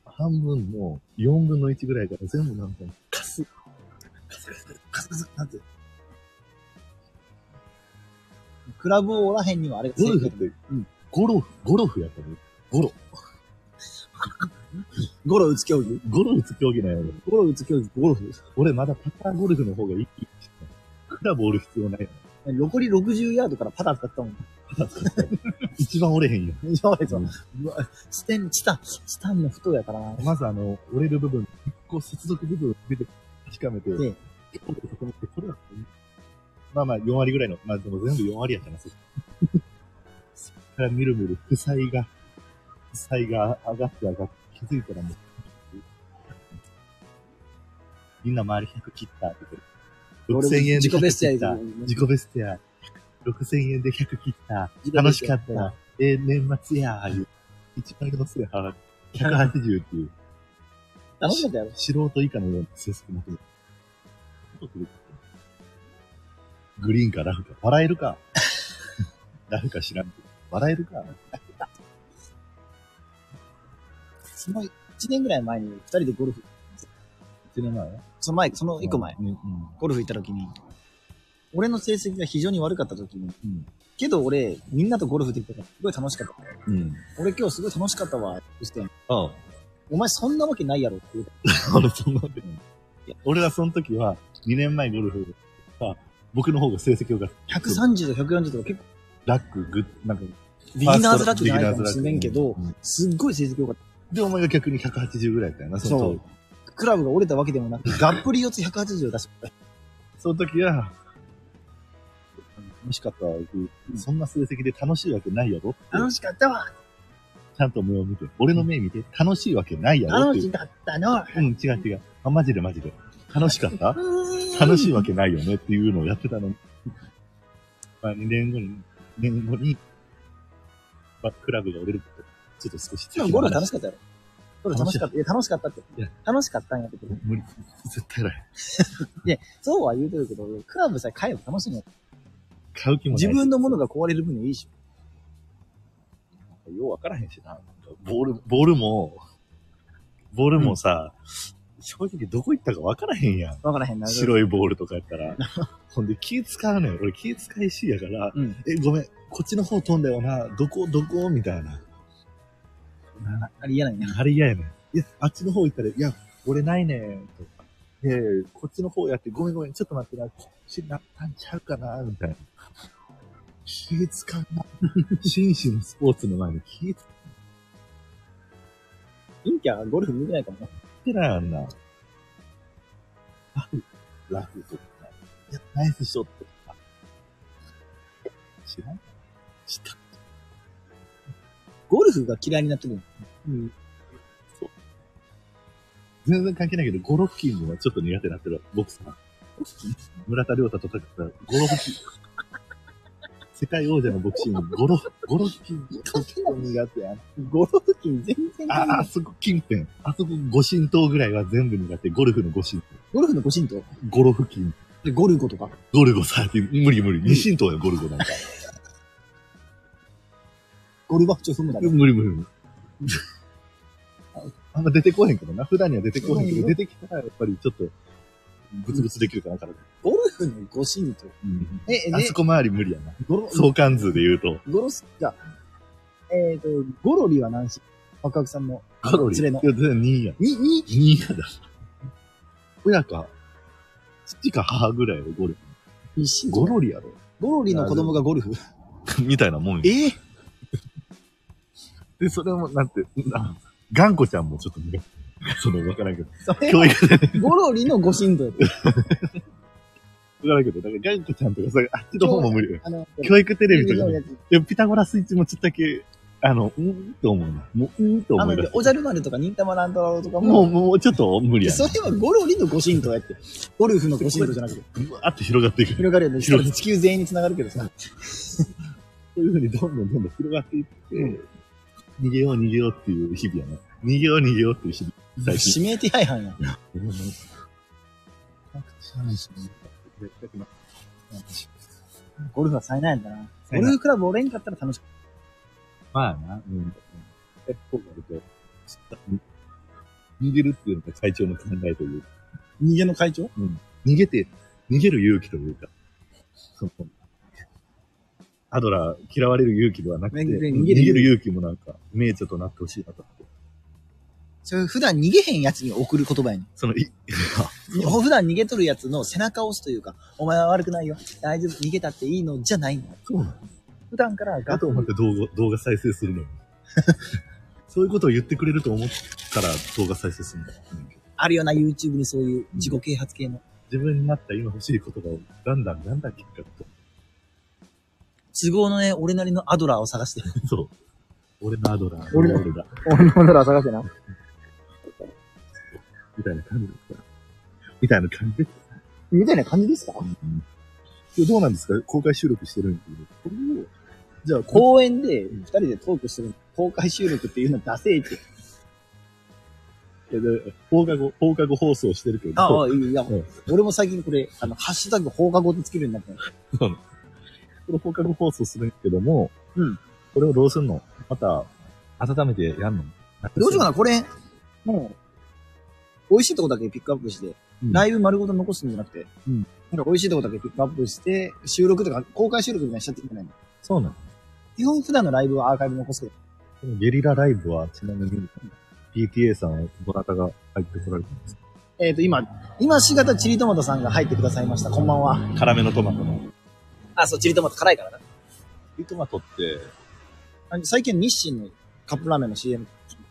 Speaker 2: 半分の4分の1ぐらいから全部なんか、カス、カスカス、カスカス、なんて、
Speaker 1: た。クラブを折らへんにはあれが
Speaker 2: ゴルフ
Speaker 1: 正
Speaker 2: っ
Speaker 1: 解
Speaker 2: て、ゴロフ、ゴロフやったね。ゴロ。
Speaker 1: ゴロ打つ競技
Speaker 2: ゴロ打つ競技なんやろ。
Speaker 1: ゴロ打つ競技、ゴルフ。
Speaker 2: 俺まだパターゴルフの方がいいって言ってた。クラブ折る必要ないよ。
Speaker 1: 残り60ヤードからパター使ったもん。
Speaker 2: 一番折れへんよ。
Speaker 1: やばいぞ。うわ、ステン、チタン、チタンの太いやからな。
Speaker 2: まずあの、折れる部分、こう接続部分を出て確かめて、
Speaker 1: で、
Speaker 2: 結構そこに来てこれは、まあまあ4割ぐらいの、まあでも全部4割やったな、そっそっからみるみる、負債が、負債が上がって上がって、気づいたらもう、みんな周り100切ったって言って、6000円で
Speaker 1: 自己ベストや
Speaker 2: 100切った。自己ベストや。6000円で100切った。楽しかった。。えー、年末やーいう。一番のせいは、180っていう、
Speaker 1: 楽しかったやろ。
Speaker 2: 素人以下のような成績になってるグリーンかラフか、笑えるか。ラフか知らんけど、笑えるか。
Speaker 1: その1年ぐらい前に2人でゴルフ、
Speaker 2: 一年前
Speaker 1: その前、その1個前、
Speaker 2: うん、うん。
Speaker 1: ゴルフ行った時に、俺の成績が非常に悪かった時に、
Speaker 2: うん
Speaker 1: けど俺、みんなとゴルフできたからすごい楽しかった。
Speaker 2: うん。
Speaker 1: 俺今日すごい楽しかったわ、そして、
Speaker 2: あ
Speaker 1: お前そんなわけないやろって言うた。
Speaker 2: あ、俺そんなことないいや俺はその時は、2年前ゴルフは、僕の方が成績良かった。
Speaker 1: 130とか140とか結構、
Speaker 2: ラック、グッ、なんか、
Speaker 1: ビギナーズラックじゃないかも
Speaker 2: ビギナーズラック
Speaker 1: しれんけど
Speaker 2: う、ん
Speaker 1: すっごい成績良かっ
Speaker 2: で、お前が逆に180ぐらいだったよな、その当時
Speaker 1: た。クラブが折れたわけでもなく、がっぷり四つ180を出した。
Speaker 2: その時は、楽しかったわそんな成績で楽しいわけないやろって
Speaker 1: 楽しかったわ
Speaker 2: ちゃんと目を見て、俺の目見て、楽しいわけないやろっ
Speaker 1: 楽
Speaker 2: てい
Speaker 1: し
Speaker 2: う。
Speaker 1: かったの
Speaker 2: うん、違う違う。あ、マジでマジで。楽しかった楽しいわけないよねっていうのをやってたのに。まあ、2年後に、2年後に、まあ、クラブが折れるってちょっと少し
Speaker 1: でもゴルフ楽しかったやろ。ゴルフ楽しかった。いや、楽しかったって
Speaker 2: いや。
Speaker 1: 楽しかったんやけど。
Speaker 2: 無理。絶対ない。
Speaker 1: そうは言うてるけど、クラブさえ買えば楽しいのよ。
Speaker 2: 買う気もないし。
Speaker 1: 自分のものが壊れる分にはいいし。
Speaker 2: ようわからへんしな。ボール、ボールも、ボールもさ、正直どこ行ったかわからへんやん。
Speaker 1: わからへんな。
Speaker 2: 白いボールとかやったら。ほんで気使うねん。俺気使いしやから、
Speaker 1: うん。
Speaker 2: え、ごめん、こっちの方飛んだよな。どこ、どこみたいな。な
Speaker 1: あれ嫌なんや。
Speaker 2: あれ嫌やねん。いや、あっちの方行ったら、いや、俺ないねん。とか。えーこっちの方やって、ごめんごめん、ちょっと待ってな。こっちなったんちゃうかなみたいな。気使うな。紳士のスポーツの前に気使
Speaker 1: インキャーゴルフ向いてないかもな。
Speaker 2: ってないあんな。ラフ、ラフとかね。いや、ナイスショットとか。知らん知った。
Speaker 1: ゴルフが嫌いになってるの
Speaker 2: うん。そう。全然関係ないけど、ゴロフキングはちょっと苦手になってるわ、僕さん。村田亮太と戦ったゴロフキング。世界王者のボクシング、ゴロ、ゴロフキング。ちょっと苦手やな。
Speaker 1: ゴルフ金全然関係
Speaker 2: あ、
Speaker 1: な
Speaker 2: あ
Speaker 1: い。
Speaker 2: そこ近辺。あそこ五神刀ぐらいは全部苦手。ゴルフの五神刀。
Speaker 1: ゴルフのご神道
Speaker 2: ゴロフキング
Speaker 1: で、ゴルゴとか。
Speaker 2: ゴルゴ30、無理無理。
Speaker 1: ん
Speaker 2: 二神刀よ、ゴルゴなんか。
Speaker 1: ゴルバフチョ踏むだろ。
Speaker 2: 無理無理無理。ああんま出てこへんけどな。普段には出てこへんけ
Speaker 1: そうよ
Speaker 2: ど、出てきたらやっぱりちょっと、ブツブツできるかな、から。
Speaker 1: ゴルフのご神道
Speaker 2: うん
Speaker 1: え、え、
Speaker 2: あ
Speaker 1: ね
Speaker 2: そ、こ周り無理やな。
Speaker 1: ゴロ、
Speaker 2: 相関図で言うと。
Speaker 1: ゴロスが、えっ、と、ゴロリは何しワクワクさんの、
Speaker 2: カロリー。
Speaker 1: 連れの
Speaker 2: いや、全然2や。
Speaker 1: に、に、
Speaker 2: 2やだ。親か、父か母ぐらいやろ、ゴル
Speaker 1: 必死
Speaker 2: フ。ゴロリやろ。
Speaker 1: ゴロリの子供がゴルフ
Speaker 2: みたいなもんや。
Speaker 1: え
Speaker 2: で、それも、なんて、あ頑固ちゃんもちょっと苦手。その、わからんけど。
Speaker 1: それ
Speaker 2: 教育
Speaker 1: ゴロリのご神道やって。
Speaker 2: わからんけど、だから、ガンコちゃんとかさ、あっちの方も無理。
Speaker 1: あの、
Speaker 2: 教育テレビとか
Speaker 1: の
Speaker 2: ね
Speaker 1: やつ。
Speaker 2: でピタゴラスイッチもちょっとだけ、あの、うーんと思うな。もう、うーんと
Speaker 1: あ
Speaker 2: 思
Speaker 1: の
Speaker 2: い出
Speaker 1: ね
Speaker 2: す、。
Speaker 1: おじゃる丸とか忍たま乱太郎とか
Speaker 2: もう、
Speaker 1: も、
Speaker 2: もう、ちょっと無理やな。
Speaker 1: それはゴロリのご神道やって。ゴルフのご神道じゃなくて。
Speaker 2: うわーって広がっていく。
Speaker 1: 広がるよね。
Speaker 2: 広が
Speaker 1: 地球全員に繋がるけどさ。
Speaker 2: そういうふうにどんどんどんどん広がっていって、逃げよう逃げようっていう日々やな。逃げよう逃げようっていう日々。最近。
Speaker 1: 指名手配犯や。ゴルフは才能やんだな。ゴ
Speaker 2: 才能
Speaker 1: ルフクラブ折れんかったら楽しかっ
Speaker 2: まあな、うん。え、こうなると、ちょっと逃げるっていうのが会長の考えというか、
Speaker 1: た。逃げの会長
Speaker 2: 逃げて、逃げる勇気というか、その、アドラー嫌われる勇気ではなくて、
Speaker 1: ねね
Speaker 2: 逃
Speaker 1: 逃げ
Speaker 2: げ
Speaker 1: る
Speaker 2: る勇気もなんか、名著となってほしいなと思って。
Speaker 1: それ普段逃げへんやつに送る言葉やね
Speaker 2: その、い、
Speaker 1: ん。普段逃げとるやつの背中を押すというか、お前は悪くないよ。大丈夫。逃げたっていいのじゃないの。
Speaker 2: そうなの
Speaker 1: 普段から
Speaker 2: だ
Speaker 1: ガ
Speaker 2: と
Speaker 1: ト
Speaker 2: 思って動画動画再生するのに。 そういうことを言ってくれると思ったら動画再生するんだ。
Speaker 1: あるような YouTube にそういう自己啓発系の。
Speaker 2: 自分になった今欲しい言葉をだんだんだんだん結果と。
Speaker 1: 都合のね、俺なりのアドラーを探してる。
Speaker 2: そう。俺のアドラー、
Speaker 1: 俺の
Speaker 2: のアドラー、
Speaker 1: 俺のアドラー探してな。
Speaker 2: みたいな感じですか。みたいな感じです。
Speaker 1: みたいな感じですか
Speaker 2: 今日どうなんですか公開収録してるんですけど。これをじゃあ、こ
Speaker 1: 公園で二人でトークしてる公開収録っていうのダセえって。
Speaker 2: う、で放課後、放課後放送してるけど。
Speaker 1: ああ、いや、
Speaker 2: うん
Speaker 1: 俺も最近これ、あの、ハッシュタグ放課後ってつけるようになったの
Speaker 2: これ放課後放送するんですけども、
Speaker 1: うん。
Speaker 2: これをどうするのまた、温めてやんの
Speaker 1: どうしようか
Speaker 2: な
Speaker 1: な、これ、もう、美味しいとこだけピックアップして、
Speaker 2: うん
Speaker 1: ライブ丸ごと残すんじゃなくて、
Speaker 2: うん
Speaker 1: なんか美味しいとこだけピックアップして、収録とか、公開収録みたいにしちゃっていけないの。
Speaker 2: そうなの
Speaker 1: 基本普段のライブはアーカイブ残すけど、
Speaker 2: このゲリラライブは、ちなみに、PTA さんはどなたが入ってこられたんですか
Speaker 1: えっ、と、今、今しがたチリトマトさんが入ってくださいました。こんばんは。
Speaker 2: 辛めのトマトの。
Speaker 1: あ、そう、チリトマト辛いからな。
Speaker 2: ビトマトって、
Speaker 1: あ最近日清のカップラーメンの CM、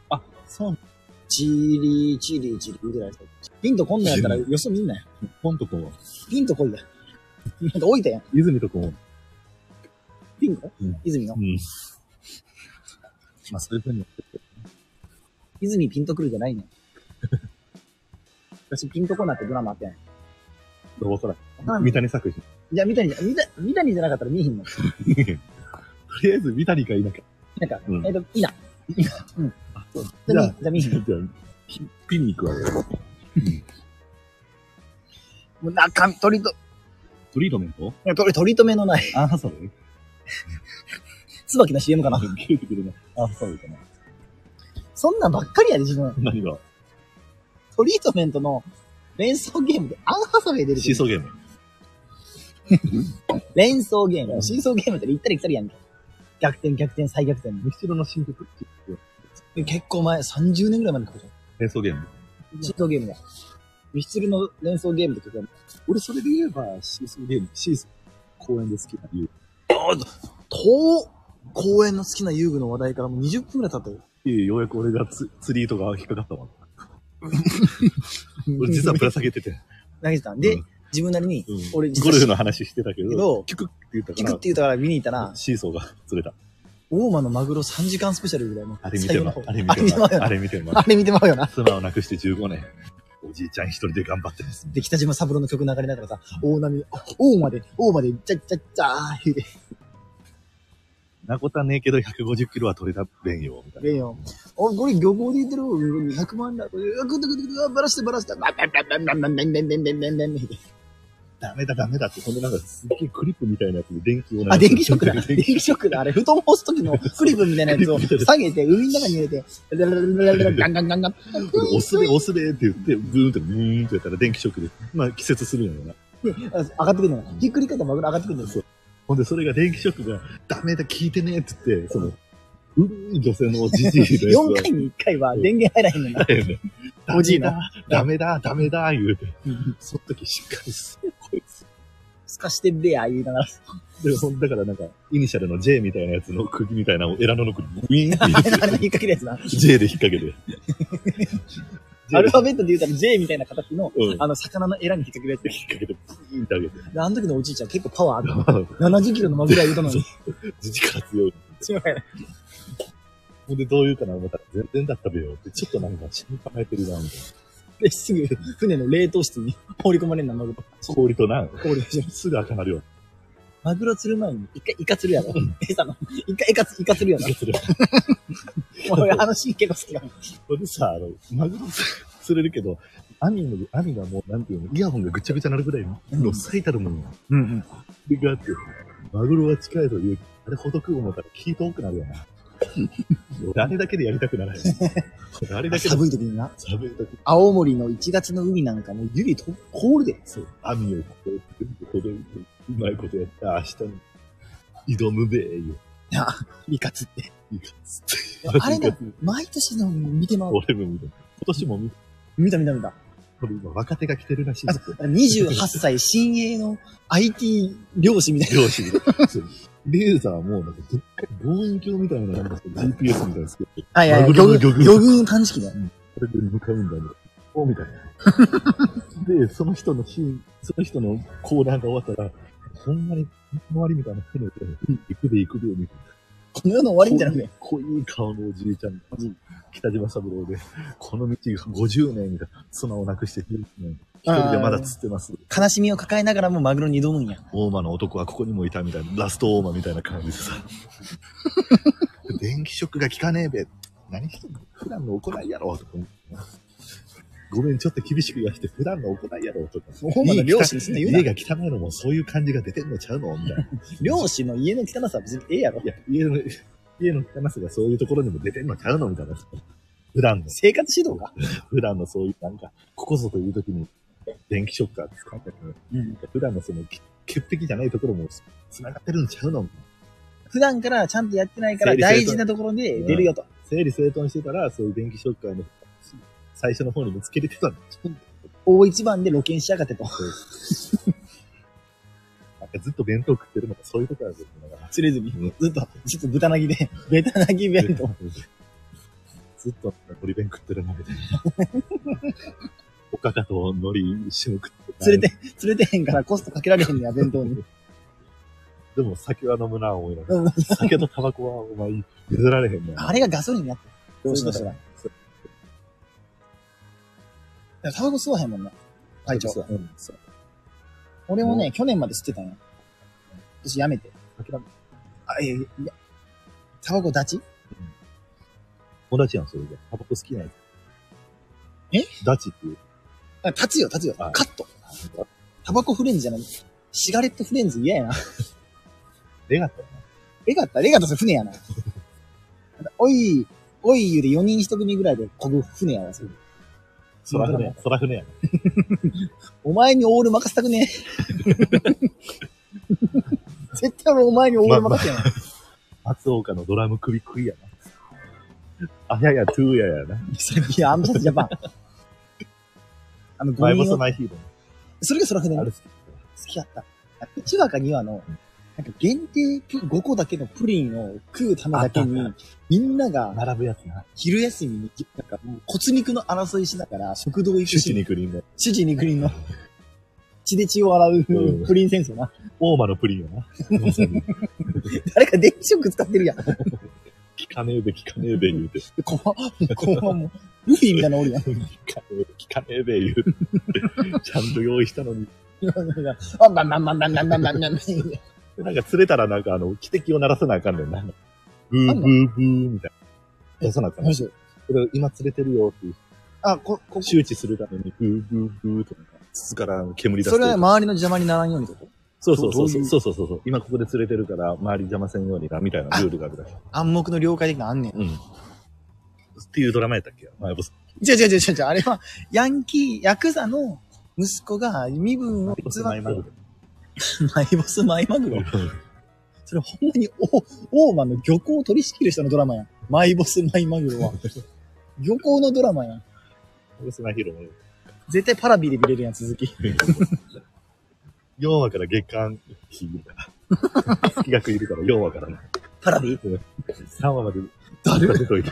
Speaker 2: あ、そう、
Speaker 1: チリチリチリ言うてないですか。ピンとこんなんやったらよそ見んなよ。
Speaker 2: ポンとこも、
Speaker 1: ピンとこいや。なんか置いたやん。
Speaker 2: 泉とこも、
Speaker 1: ピンコ、
Speaker 2: うん
Speaker 1: 泉の
Speaker 2: う。ん。まあ、そういうふうに、
Speaker 1: 泉ピンとくるじゃ ないねん。私ピンとこなってドラマあってん。
Speaker 2: どうわから
Speaker 1: から
Speaker 2: ん。
Speaker 1: ん
Speaker 2: 三谷作品。
Speaker 1: じゃあ、三谷じゃ、三谷三谷じゃなかったら見えへんの。
Speaker 2: とりあえず、三谷かいなきゃ。
Speaker 1: なんか、
Speaker 2: うん
Speaker 1: えっ、と、いいな。
Speaker 2: あ、
Speaker 1: じ
Speaker 2: じ
Speaker 1: ゃ
Speaker 2: ゃ
Speaker 1: あ
Speaker 2: あ、
Speaker 1: 見、じゃあ見
Speaker 2: じゃあピピンに行くわよ。
Speaker 1: もう中身、取りと、い
Speaker 2: トリートメント
Speaker 1: や取り、取り留めのない、
Speaker 2: あ、そうだね。
Speaker 1: 椿の CM かな。
Speaker 2: 聞いてくれない。あ、そうだね。
Speaker 1: そんなんばっかりやで、自分。
Speaker 2: 何が
Speaker 1: トリートメントの連想ゲームでアンハサウェイ出る
Speaker 2: シ
Speaker 1: け
Speaker 2: ー
Speaker 1: ど
Speaker 2: ソーゲーム。
Speaker 1: 連想ゲーム。シーソーゲームって行ったり来たりやんけ。逆転、逆転、再逆転。
Speaker 2: むしろの新曲って言って
Speaker 1: で結構前、30年ぐらい前の曲じゃ
Speaker 2: 連想ゲーム。
Speaker 1: ん。シーソーゲームだ。ミスチルの連想ゲームって曲やん。
Speaker 2: 俺、それで言えば、シーソーゲーム、シーソー、公園で好きな理由。
Speaker 1: と、公園の好きな遊具の話題からもう20分ぐらい経ったよ。
Speaker 2: いやようやく俺がツツリーとか引っかかったわ。俺実はぶら下げてて。
Speaker 1: 投げてたんで、
Speaker 2: うん
Speaker 1: 自分なりに、
Speaker 2: うん
Speaker 1: 俺実
Speaker 2: ゴ
Speaker 1: は
Speaker 2: ルフの話してたけ
Speaker 1: け
Speaker 2: ど
Speaker 1: ど、
Speaker 2: キュクって言ったか
Speaker 1: 聞く
Speaker 2: ら
Speaker 1: って、言うたから見に行ったら、
Speaker 2: シーソーが釣れた。
Speaker 1: 大間のマグロ3時間スペシャルぐらいの。
Speaker 2: あれ見て
Speaker 1: 最後の
Speaker 2: ま
Speaker 1: 方、
Speaker 2: あれ見てま、あ
Speaker 1: あれ見てまうよな
Speaker 2: れ見てま
Speaker 1: あ。れ見てまうよな。
Speaker 2: 妻を亡くして15年。おじいちゃん一人で頑張ってます。
Speaker 1: で、北島三郎の曲流れながらさ、大波、あ大間で、大間で、ちゃっちゃっちゃー言うて、
Speaker 2: なことねえけど150キロは取れたべんよ、みたいな。
Speaker 1: レイヨン。お、これ漁港で言ってる200万だ。これ、あ、ぐってぐってぐって、あばらしてばらして、ばばばばばばばばばばばばばばばば
Speaker 2: ダメだダメだって、ほんでなんかすっげえクリップみたいなやつで電気を流
Speaker 1: あ、電気ショックだ。電
Speaker 2: 電気
Speaker 1: 気ショックだ。あれ、布団干す時のクリップみたいなやつを下げて、海の中に入れて、ララララララガンガンガンガン。
Speaker 2: 押すで押すでって言って、ブーンってブーンってやったら電気ショックで、まあ季節するんやろな。
Speaker 1: あ上がってくるんだよ。ひっくり返ったマグロ上がってくるんだよ。
Speaker 2: ほんでそれが電気ショックが、ダメだ聞いてねえって言って、その、古い女性のおじじいの
Speaker 1: 4
Speaker 2: やつ
Speaker 1: 回に1回は電源入らへんねんな。
Speaker 2: おじいだ、ダメだ、ダメだ、言うて。その時しっかりする、こいつ。
Speaker 1: すかしてんべや、言いながら。
Speaker 2: でほんだからなんか、イニシャルの J みたいなやつの釘みたいなのをエラのノックにウィーンって
Speaker 1: あ
Speaker 2: 入れ
Speaker 1: れ、
Speaker 2: て
Speaker 1: あの、引っ掛けるやつな。
Speaker 2: J で引っ掛けて。
Speaker 1: アルファベットで言うたら J みたいな形の
Speaker 2: う、ん
Speaker 1: あの、魚のエラに引っ掛けるやつ
Speaker 2: 引っ掛けて、ブーンってあげて。
Speaker 1: で。あの時のおじいちゃん結構パワーあった。70キロのマグロ言うたのに。
Speaker 2: 自力強い。
Speaker 1: 違うやろ
Speaker 2: ほんでどういうかな思ったら、全然だったべよって、ちょっとなんか心配てるな、みたい
Speaker 1: で、すぐ、船の冷凍室に放り込まれるな、マグロ。
Speaker 2: な。氷とな、
Speaker 1: 放り込まれる
Speaker 2: すぐ赤なるよ。
Speaker 1: マグロ釣る前に、一回イカ釣るやろ。餌の、一回イカ、イカ釣るやろ。俺、あのシーン結構好きなの。
Speaker 2: ほんでさ、あの、マグロ釣れるけど、網の、網がもう、なんていうの、イヤホンがぐちゃぐちゃなるぐらいの最たるものよ。
Speaker 1: うんうん。
Speaker 2: でがあって、マグロは近いという、あれほどく思ったら気遠くなるよな。俺あれだけでやりたくならない。俺あれだけで
Speaker 1: 寒い時にな。
Speaker 2: 寒い時
Speaker 1: 青森の1月の海なんかもう湯気と凍るで。
Speaker 2: そう、網をこうやってほどいて、うまいことやって、明日に挑むべえよ。
Speaker 1: イカ釣って。
Speaker 2: いいかっつって。
Speaker 1: あれね、毎年の見てまう。
Speaker 2: 俺も見た。今年も見た。
Speaker 1: 見た見た見た。
Speaker 2: これ今若手が来てるらしいん
Speaker 1: あ
Speaker 2: で
Speaker 1: そ
Speaker 2: すよ。
Speaker 1: 28歳、新鋭の IT 漁師みたいな。
Speaker 2: 両親が。そうレーザーも、なんか、でっかい望遠鏡みたいな、なんか GPS みたいなつけて、
Speaker 1: はいはい、
Speaker 2: 魚群
Speaker 1: 魚群魚群探知機だよ。
Speaker 2: これで向かうんだね。おみたいな。で、その人のシーン、その人のコーナーが終わったら、ほんまに、周りみたいな船で、行くで行くで、みたいな。
Speaker 1: この世の終わりみたいなね。
Speaker 2: 濃い濃い顔のおじいちゃん、北島三郎で、この道50年みたいな、妻を亡くして10年、一人でまだ釣ってます。
Speaker 1: 悲しみを抱えながらもマグロに挑むんや。
Speaker 2: 大間の男はここにもいたみたいな、ラスト大間みたいな感じ でさ。電気ショックが効かねえべ。何してんの普段の行いやろとか思って。ごめん、ちょっと厳しく言わして、普段の行いやろとか。
Speaker 1: ほんまの漁師にすんな言うな
Speaker 2: 家が汚いのもそういう感じが出てんのちゃうのみたいな。
Speaker 1: 漁師の家の汚さは別にええやろ
Speaker 2: い。や、家の、家の汚さがそういうところにも出てんのちゃうのみたいな。普段の、
Speaker 1: 生活指導が。
Speaker 2: 普段のそういう、なんか、ここぞという時に、電気ショッカー使って、
Speaker 1: うん。
Speaker 2: 普段のその、き潔癖じゃないところも、繋がってるんちゃうのみたいな
Speaker 1: 普段からちゃんとやってないから
Speaker 2: 整理整
Speaker 1: 大
Speaker 2: 頓
Speaker 1: 事なところで出るよと。
Speaker 2: 整理整頓してたら、そういう電気ショッカーの最初の方に見つけれてたんだ。
Speaker 1: 大一番で露見しやがってと。
Speaker 2: なんかずっと弁当食ってるのか、そういうことなんですよ。なんか
Speaker 1: 釣れずに
Speaker 2: うん。
Speaker 1: ずっと、ちょっと豚なぎで、 ベタなぎ弁当。
Speaker 2: ずっと海苔弁食ってるの みたいな。おかかと海苔一緒に食ってた
Speaker 1: 釣れて、釣れてへんからコストかけられへんねや、弁当に。
Speaker 2: でも酒は飲むな、思いなが
Speaker 1: うん
Speaker 2: ら。酒とタバコはお前譲られへんねん。
Speaker 1: あれがガソリンになってる。漁師の人ら。
Speaker 2: そう
Speaker 1: いやタバコ吸わへんもんな。会長。
Speaker 2: うん、そう。
Speaker 1: 俺もね、去年まで吸ってたんや。私やめて。
Speaker 2: 諦め
Speaker 1: あ、いやいや、タバコダチ
Speaker 2: 友達やん、それで。タバコ好きなんやつ。
Speaker 1: え
Speaker 2: ダチっていう。
Speaker 1: あ立つよ、立つよ。
Speaker 2: はい
Speaker 1: カット。タバコフレンズじゃない。シガレットフレンズ嫌やな。
Speaker 2: レガったよ
Speaker 1: レガタ、レガタそれ船 やな。おい、おいゆで4人1組ぐらいでこぐ船やわ、それ。
Speaker 2: な。空船、空船やな。
Speaker 1: お前にオール任せたくねえ。 絶対俺お前にオール任せやな。
Speaker 2: 松岡のドラム首食いやな。あやや、トゥーややな。
Speaker 1: いや、アンビシャスジャパン。あの、五
Speaker 2: 前も
Speaker 1: 人
Speaker 2: そ
Speaker 1: の、
Speaker 2: マイヒーロ
Speaker 1: それが空船
Speaker 2: ー。あ
Speaker 1: の好
Speaker 2: れ好き。
Speaker 1: きだった。1話か2話の、なんか限定5個だけのプリンを食うためだけ
Speaker 2: あったあ
Speaker 1: に、みんなが、
Speaker 2: 並ぶやつな。
Speaker 1: 昼休みに、なんかもう骨肉の争いしながら、食堂行
Speaker 2: シュ
Speaker 1: く
Speaker 2: チ
Speaker 1: し、
Speaker 2: にクリーンだよ。
Speaker 1: 主人肉林の血で血を洗う
Speaker 2: うん
Speaker 1: プリン戦争な。
Speaker 2: 大間のプリンやな。まさに。
Speaker 1: 誰か電子ショック使ってるやん。
Speaker 2: 聞かねえべ、聞かねえべ、言うて。聞
Speaker 1: 怖っ、怖っもう。ルフィみたいなのおるやん。
Speaker 2: かねえべ、聞かねえべ、言うて。ちゃんと用意したのに。
Speaker 1: あ、まんまんまんまんまんまんまんまん。
Speaker 2: なんか釣れたらなんかあの、汽笛を鳴らさなあかんねんな。ブーブーブーみたいな。出さなあかんねん。
Speaker 1: 面白い
Speaker 2: これ今釣れてるよっていう。
Speaker 1: あ、こ、こ、
Speaker 2: 周知するためにブーブーブーとか、筒から煙出す
Speaker 1: そ
Speaker 2: とい
Speaker 1: れ
Speaker 2: うか。
Speaker 1: は周りの邪魔にならんようにとこ
Speaker 2: そうそうそう
Speaker 1: ど
Speaker 2: そう
Speaker 1: いうう
Speaker 2: そうそうそう。今ここで釣れてるから、周り邪魔せんようにな、みたいなルールがあるから。
Speaker 1: 暗黙の了解的なのあんねん。
Speaker 2: うん。っていうドラマやったっけ前ボス。
Speaker 1: 違う違う違う違う、あれは、ヤンキー、ヤクザの息子が身分を偽って、マ
Speaker 2: 前
Speaker 1: イ
Speaker 2: まで
Speaker 1: ボスマイマグロ。それほんまにお、大間の漁港を取り仕切る人のドラマやん。マイボスマイマグロは。漁港のドラマやん。
Speaker 2: ボスマヒロも。
Speaker 1: 絶対パラビで見れるやん、続き。
Speaker 2: 4話から月間、日いるから。月額いるから、4話からね。
Speaker 1: パラビ
Speaker 2: 3話まで、
Speaker 1: 誰
Speaker 2: 出といて。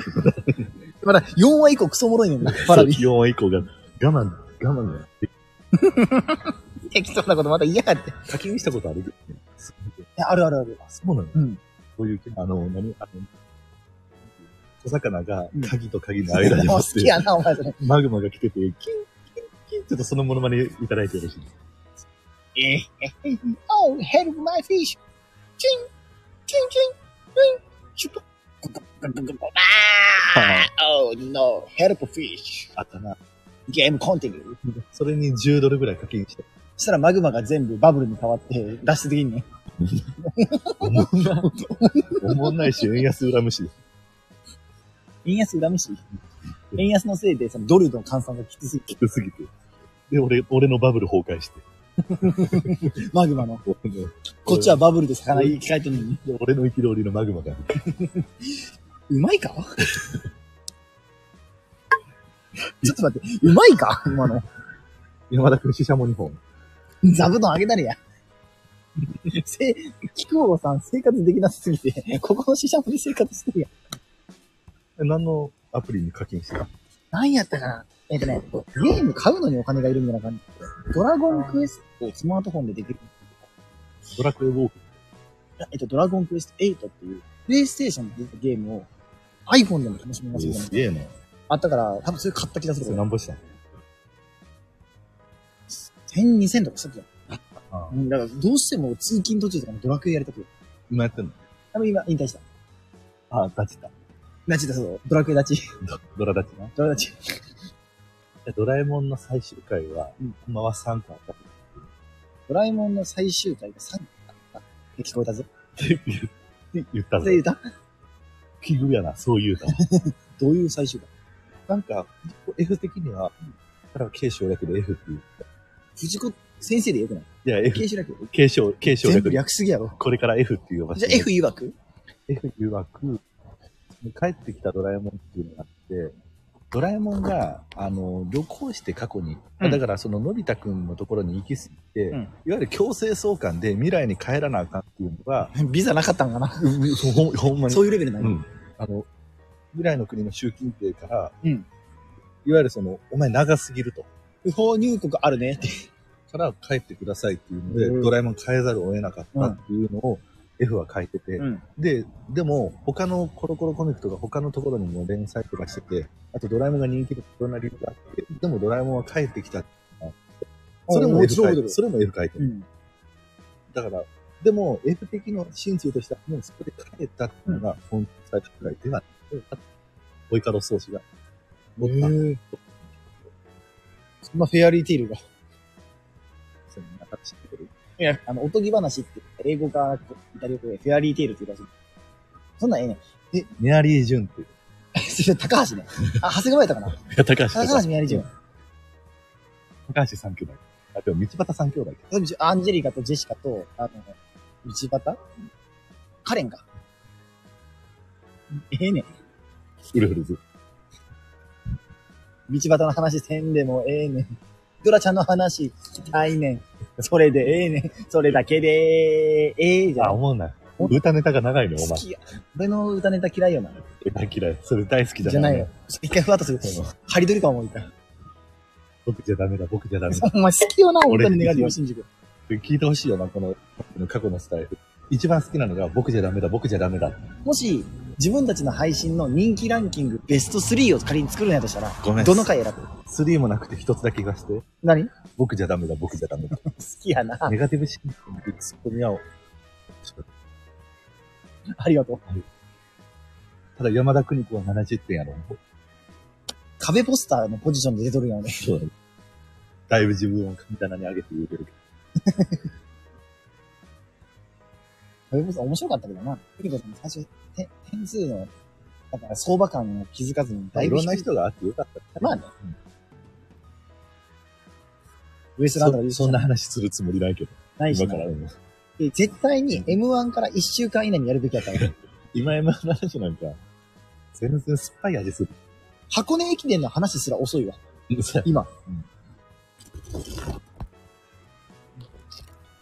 Speaker 1: まだ4話以降クソおもろいねんな、パラビ。
Speaker 2: 4話以降が、我慢、我慢だよ。
Speaker 1: 適当なことまた言いやがって。い
Speaker 2: 課金したことある
Speaker 1: や、あるあるある。
Speaker 2: あ、そうなの
Speaker 1: うん。
Speaker 2: そういう、あの、何あの、小魚が
Speaker 1: うん
Speaker 2: 鍵と鍵の間に
Speaker 1: もう
Speaker 2: 持
Speaker 1: 好
Speaker 2: って
Speaker 1: き、やな、お前それ。
Speaker 2: マグマが来てて、キンキンキンちょっとそのモノマネいただいてよろしいですか
Speaker 1: ええ。Oh, help my fish! チンチンチンチンシュプああ !Oh no, help fish!
Speaker 2: あったな。
Speaker 1: ゲームコンティニュー。
Speaker 2: それに10ドルぐらい課金して。
Speaker 1: したらマグマが全部バブルに変わって脱出できんね。
Speaker 2: おもんない。おもんないし、円安恨むし。
Speaker 1: 円安恨めしい。円安のせいで、そのドルの換算がきつすぎて、
Speaker 2: 低すぎて。で、俺、俺のバブル崩壊して。
Speaker 1: マグマの。こっちはバブルで魚生き返ってんのに。
Speaker 2: 俺の憤りのマグマが。
Speaker 1: うまいか ちょっと待って、うまいか今の。
Speaker 2: 山田君、シシャモ2本。
Speaker 1: 座布団あげたりや。せ、菊王さん生活できなさすぎ て、ここの死者もで生活してるやん。
Speaker 2: え何のアプリに課金した
Speaker 1: 何やったかなえっ、とね、ゲーム買うのにお金がいるみたいな感じ。ドラゴンクエストをスマートフォンでできる。
Speaker 2: ドラクエウォーク。
Speaker 1: えっと、ドラゴンクエスト8っていう、プレイステーションで出たゲームを iPhone でも楽しめますみたいな
Speaker 2: すげえな。
Speaker 1: あったから、多分それ買った気がす
Speaker 2: そ
Speaker 1: る
Speaker 2: れ
Speaker 1: けど。
Speaker 2: 何ぼしたの
Speaker 1: 1000、2000とかしたっけ
Speaker 2: あ
Speaker 1: うんだから、どうしても通勤途中とかもドラクエやりたくて。
Speaker 2: 今やってんの
Speaker 1: 多分今、引退した。
Speaker 2: ああ、立ちた。
Speaker 1: ダチだそう。ドラクエダチ。
Speaker 2: ドドラ立ちな。
Speaker 1: ドラダチ。
Speaker 2: ドラえもんの最終回は、
Speaker 1: うん
Speaker 2: ほんまは3個あった。
Speaker 1: ドラえもんの最終回が3だった。え聞こえたぞ。
Speaker 2: 言った
Speaker 1: それ。
Speaker 2: ぞ
Speaker 1: 言うた
Speaker 2: 奇遇やな、そう言うたわ。
Speaker 1: どういう最終回
Speaker 2: なんか、F 的には、だから継承略で F っていう。
Speaker 1: 藤子先生でよくない
Speaker 2: いや、F、
Speaker 1: 継承略
Speaker 2: 継承、継承
Speaker 1: 全
Speaker 2: 略
Speaker 1: 部
Speaker 2: で。
Speaker 1: 略しすぎやろ。
Speaker 2: これから F っていう呼ば
Speaker 1: じ
Speaker 2: せ
Speaker 1: ゃあ
Speaker 2: て。
Speaker 1: F 曰く
Speaker 2: F 誘惑、帰ってきたドラえもんっていうのがあって、ドラえもんが、あの、旅行して過去に、
Speaker 1: うん
Speaker 2: だからそののび太くんのところに行き過ぎて、
Speaker 1: うん
Speaker 2: いわゆる強制送還で未来に帰らなあかんっていうのが、
Speaker 1: ビザなかったんかな
Speaker 2: ほんほんまに
Speaker 1: そういうレベルなん
Speaker 2: う
Speaker 1: や。
Speaker 2: ん。あの、未来の国の習近平から、
Speaker 1: うん
Speaker 2: いわゆるその、お前長すぎると。
Speaker 1: 不法入国あるねって。
Speaker 2: から帰ってくださいっていうので、
Speaker 1: うん
Speaker 2: ドラえもん変えざるを得なかったっていうのを F は書いてて、
Speaker 1: ん。
Speaker 2: で、でも他のコロコロコミックとか他のところにも連載とかしてて、あとドラえもんが人気でいろんな理由があって、でもドラえもんは帰ってきたっていうのがあってそれも F 書いてる。それも F 書いて
Speaker 1: う
Speaker 2: る。
Speaker 1: ん。
Speaker 2: だから、でも F 的の心中としては、もうそこで帰ったっていうのが本最初くらいではなくて、ボイカロ奏師が持ったん
Speaker 1: へえ。そんなフェアリーティールが。
Speaker 2: ですよね。なんか知ってる
Speaker 1: いや、あの、おとぎ話って、英語か、イタリア語でフェアリーテールって言うらしい。そんなんええねん。
Speaker 2: メアリー・ジュンっていう。
Speaker 1: それ 高橋ね。あ、長谷川やったかな
Speaker 2: 高橋
Speaker 1: 高橋メアリージュン。
Speaker 2: 高橋三兄弟。あ、でも道端三兄弟。
Speaker 1: 多分じアンジェリカとジェシカと、あの、道端カレンか。ええねん。
Speaker 2: ウルフルズ。
Speaker 1: 道端の話せんでもええねん。ドラちゃんの話聞きたいねん。それでええねん。それだけでええじゃ
Speaker 2: あ、
Speaker 1: ん。
Speaker 2: 思うな。歌ネタが長いのよ、お
Speaker 1: 好
Speaker 2: 前。
Speaker 1: きや。俺の歌ネタ嫌いよな。
Speaker 2: 大嫌い。それ大好き
Speaker 1: じ
Speaker 2: じ
Speaker 1: ゃ
Speaker 2: ゃ
Speaker 1: な
Speaker 2: ないい
Speaker 1: よ。一回ふわっとする
Speaker 2: そう。
Speaker 1: ハリドリかもう一回。
Speaker 2: 僕じゃダメだ、僕じゃダメだ。
Speaker 1: お前好きよな、本当に
Speaker 2: 俺
Speaker 1: ネガティブ新宿。
Speaker 2: 聞いてほしいよな、この過去のスタイル。一番好きなのが、僕じゃダメだ、僕じゃダメだ。
Speaker 1: もし、自分たちの配信の人気ランキングベスト3を仮に作るんやとしたら、
Speaker 2: ごめ
Speaker 1: どの回選ぶ
Speaker 2: ?3 もなくて一つだけ言わして。
Speaker 1: 何 好
Speaker 2: 僕じゃダメだ、僕じゃダメだ。
Speaker 1: きやな。
Speaker 2: ネガティブシンクのツッコミは、ちょっと
Speaker 1: ありがとう。
Speaker 2: ただ山田邦子は70点やろ。
Speaker 1: 壁ポスターのポジションで出とるやん、ね。
Speaker 2: そうだね。だいぶ自分を神棚に上げて言うてるけど。
Speaker 1: 壁ポスター面白かったけどな。クリコさんも最初、て点数の、だから相場感を気づかずに、だ
Speaker 2: い
Speaker 1: いぶ
Speaker 2: ろんな
Speaker 1: 低い
Speaker 2: 人があってよかった。
Speaker 1: まあね
Speaker 2: うん。
Speaker 1: ウエストランドが優
Speaker 2: そそん
Speaker 1: 勝
Speaker 2: な話するつもりないけど。
Speaker 1: ないし
Speaker 2: 今
Speaker 1: な
Speaker 2: から。うん
Speaker 1: で絶対に M1 から1週間以内にやるべきやったから。
Speaker 2: 今今の話なんか、全然酸っぱい味する。
Speaker 1: 箱根駅伝の話すら遅いわ。今。
Speaker 2: うん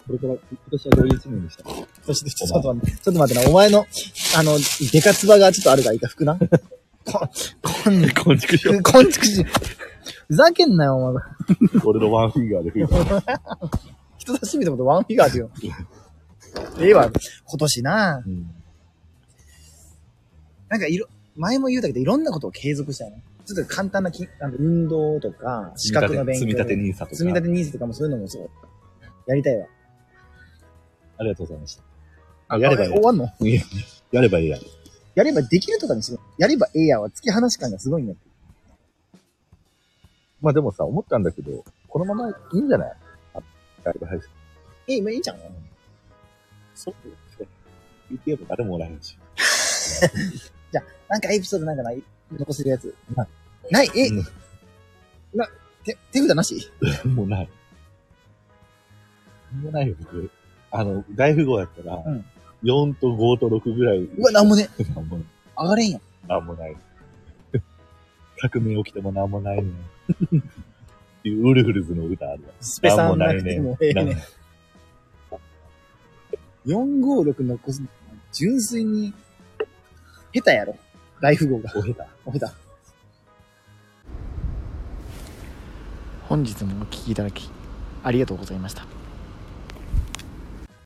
Speaker 1: これから、
Speaker 2: 今年はどういう一年でした
Speaker 1: そしてちょっと待って、ちょっと待ってな。お前の、あの、デカツバがちょっとあるから、いた服な。こ、こん、
Speaker 2: こんちくしょう。
Speaker 1: こんちくし。ふざけんなよ、お前。
Speaker 2: 俺のワンフィンガーで吹いた。
Speaker 1: 人差し指のことワンフィガーってよ。 ええわ、今年な。なんかいろ、前も言うたけど、いろんなことを継続したいな。ちょっと簡単なき、あの運動とか、資格の勉強。
Speaker 2: 積み立て NISA とか。
Speaker 1: 積み立てニーズとかもそういうのもそう。やりたいわ。
Speaker 2: ありがとうございました。あ、やればいい
Speaker 1: あ終わんの
Speaker 2: や。やればいいや。
Speaker 1: やればできるとかにしろ。やればええやは突き放し感がすごいんだって。
Speaker 2: まあでもさ、思ったんだけど、このままいいんじゃないあライブ配信。
Speaker 1: え、今いいじゃん。
Speaker 2: そう。YouTube 誰もおらへんし。
Speaker 1: なんかエピソードなんかない残せるやつ。ないえ、
Speaker 2: う
Speaker 1: 手、手札なし
Speaker 2: んもうない。なんもないよ、僕。あの、大富豪やったら、
Speaker 1: うん
Speaker 2: 4と5と6ぐらい。
Speaker 1: うわ、なんもね、
Speaker 2: もう
Speaker 1: 上がれんやん。
Speaker 2: なんもない。革命起きてもなんもないね。 っていうウルフルズの歌あるわ。
Speaker 1: スペさんなくて
Speaker 2: なんも
Speaker 1: も
Speaker 2: な
Speaker 1: ええ
Speaker 2: いね。
Speaker 1: ね。456残す、純粋に、下手やろ。大富豪が。
Speaker 2: お下手。
Speaker 1: お下手。本日もお聞きいただき、ありがとうございました。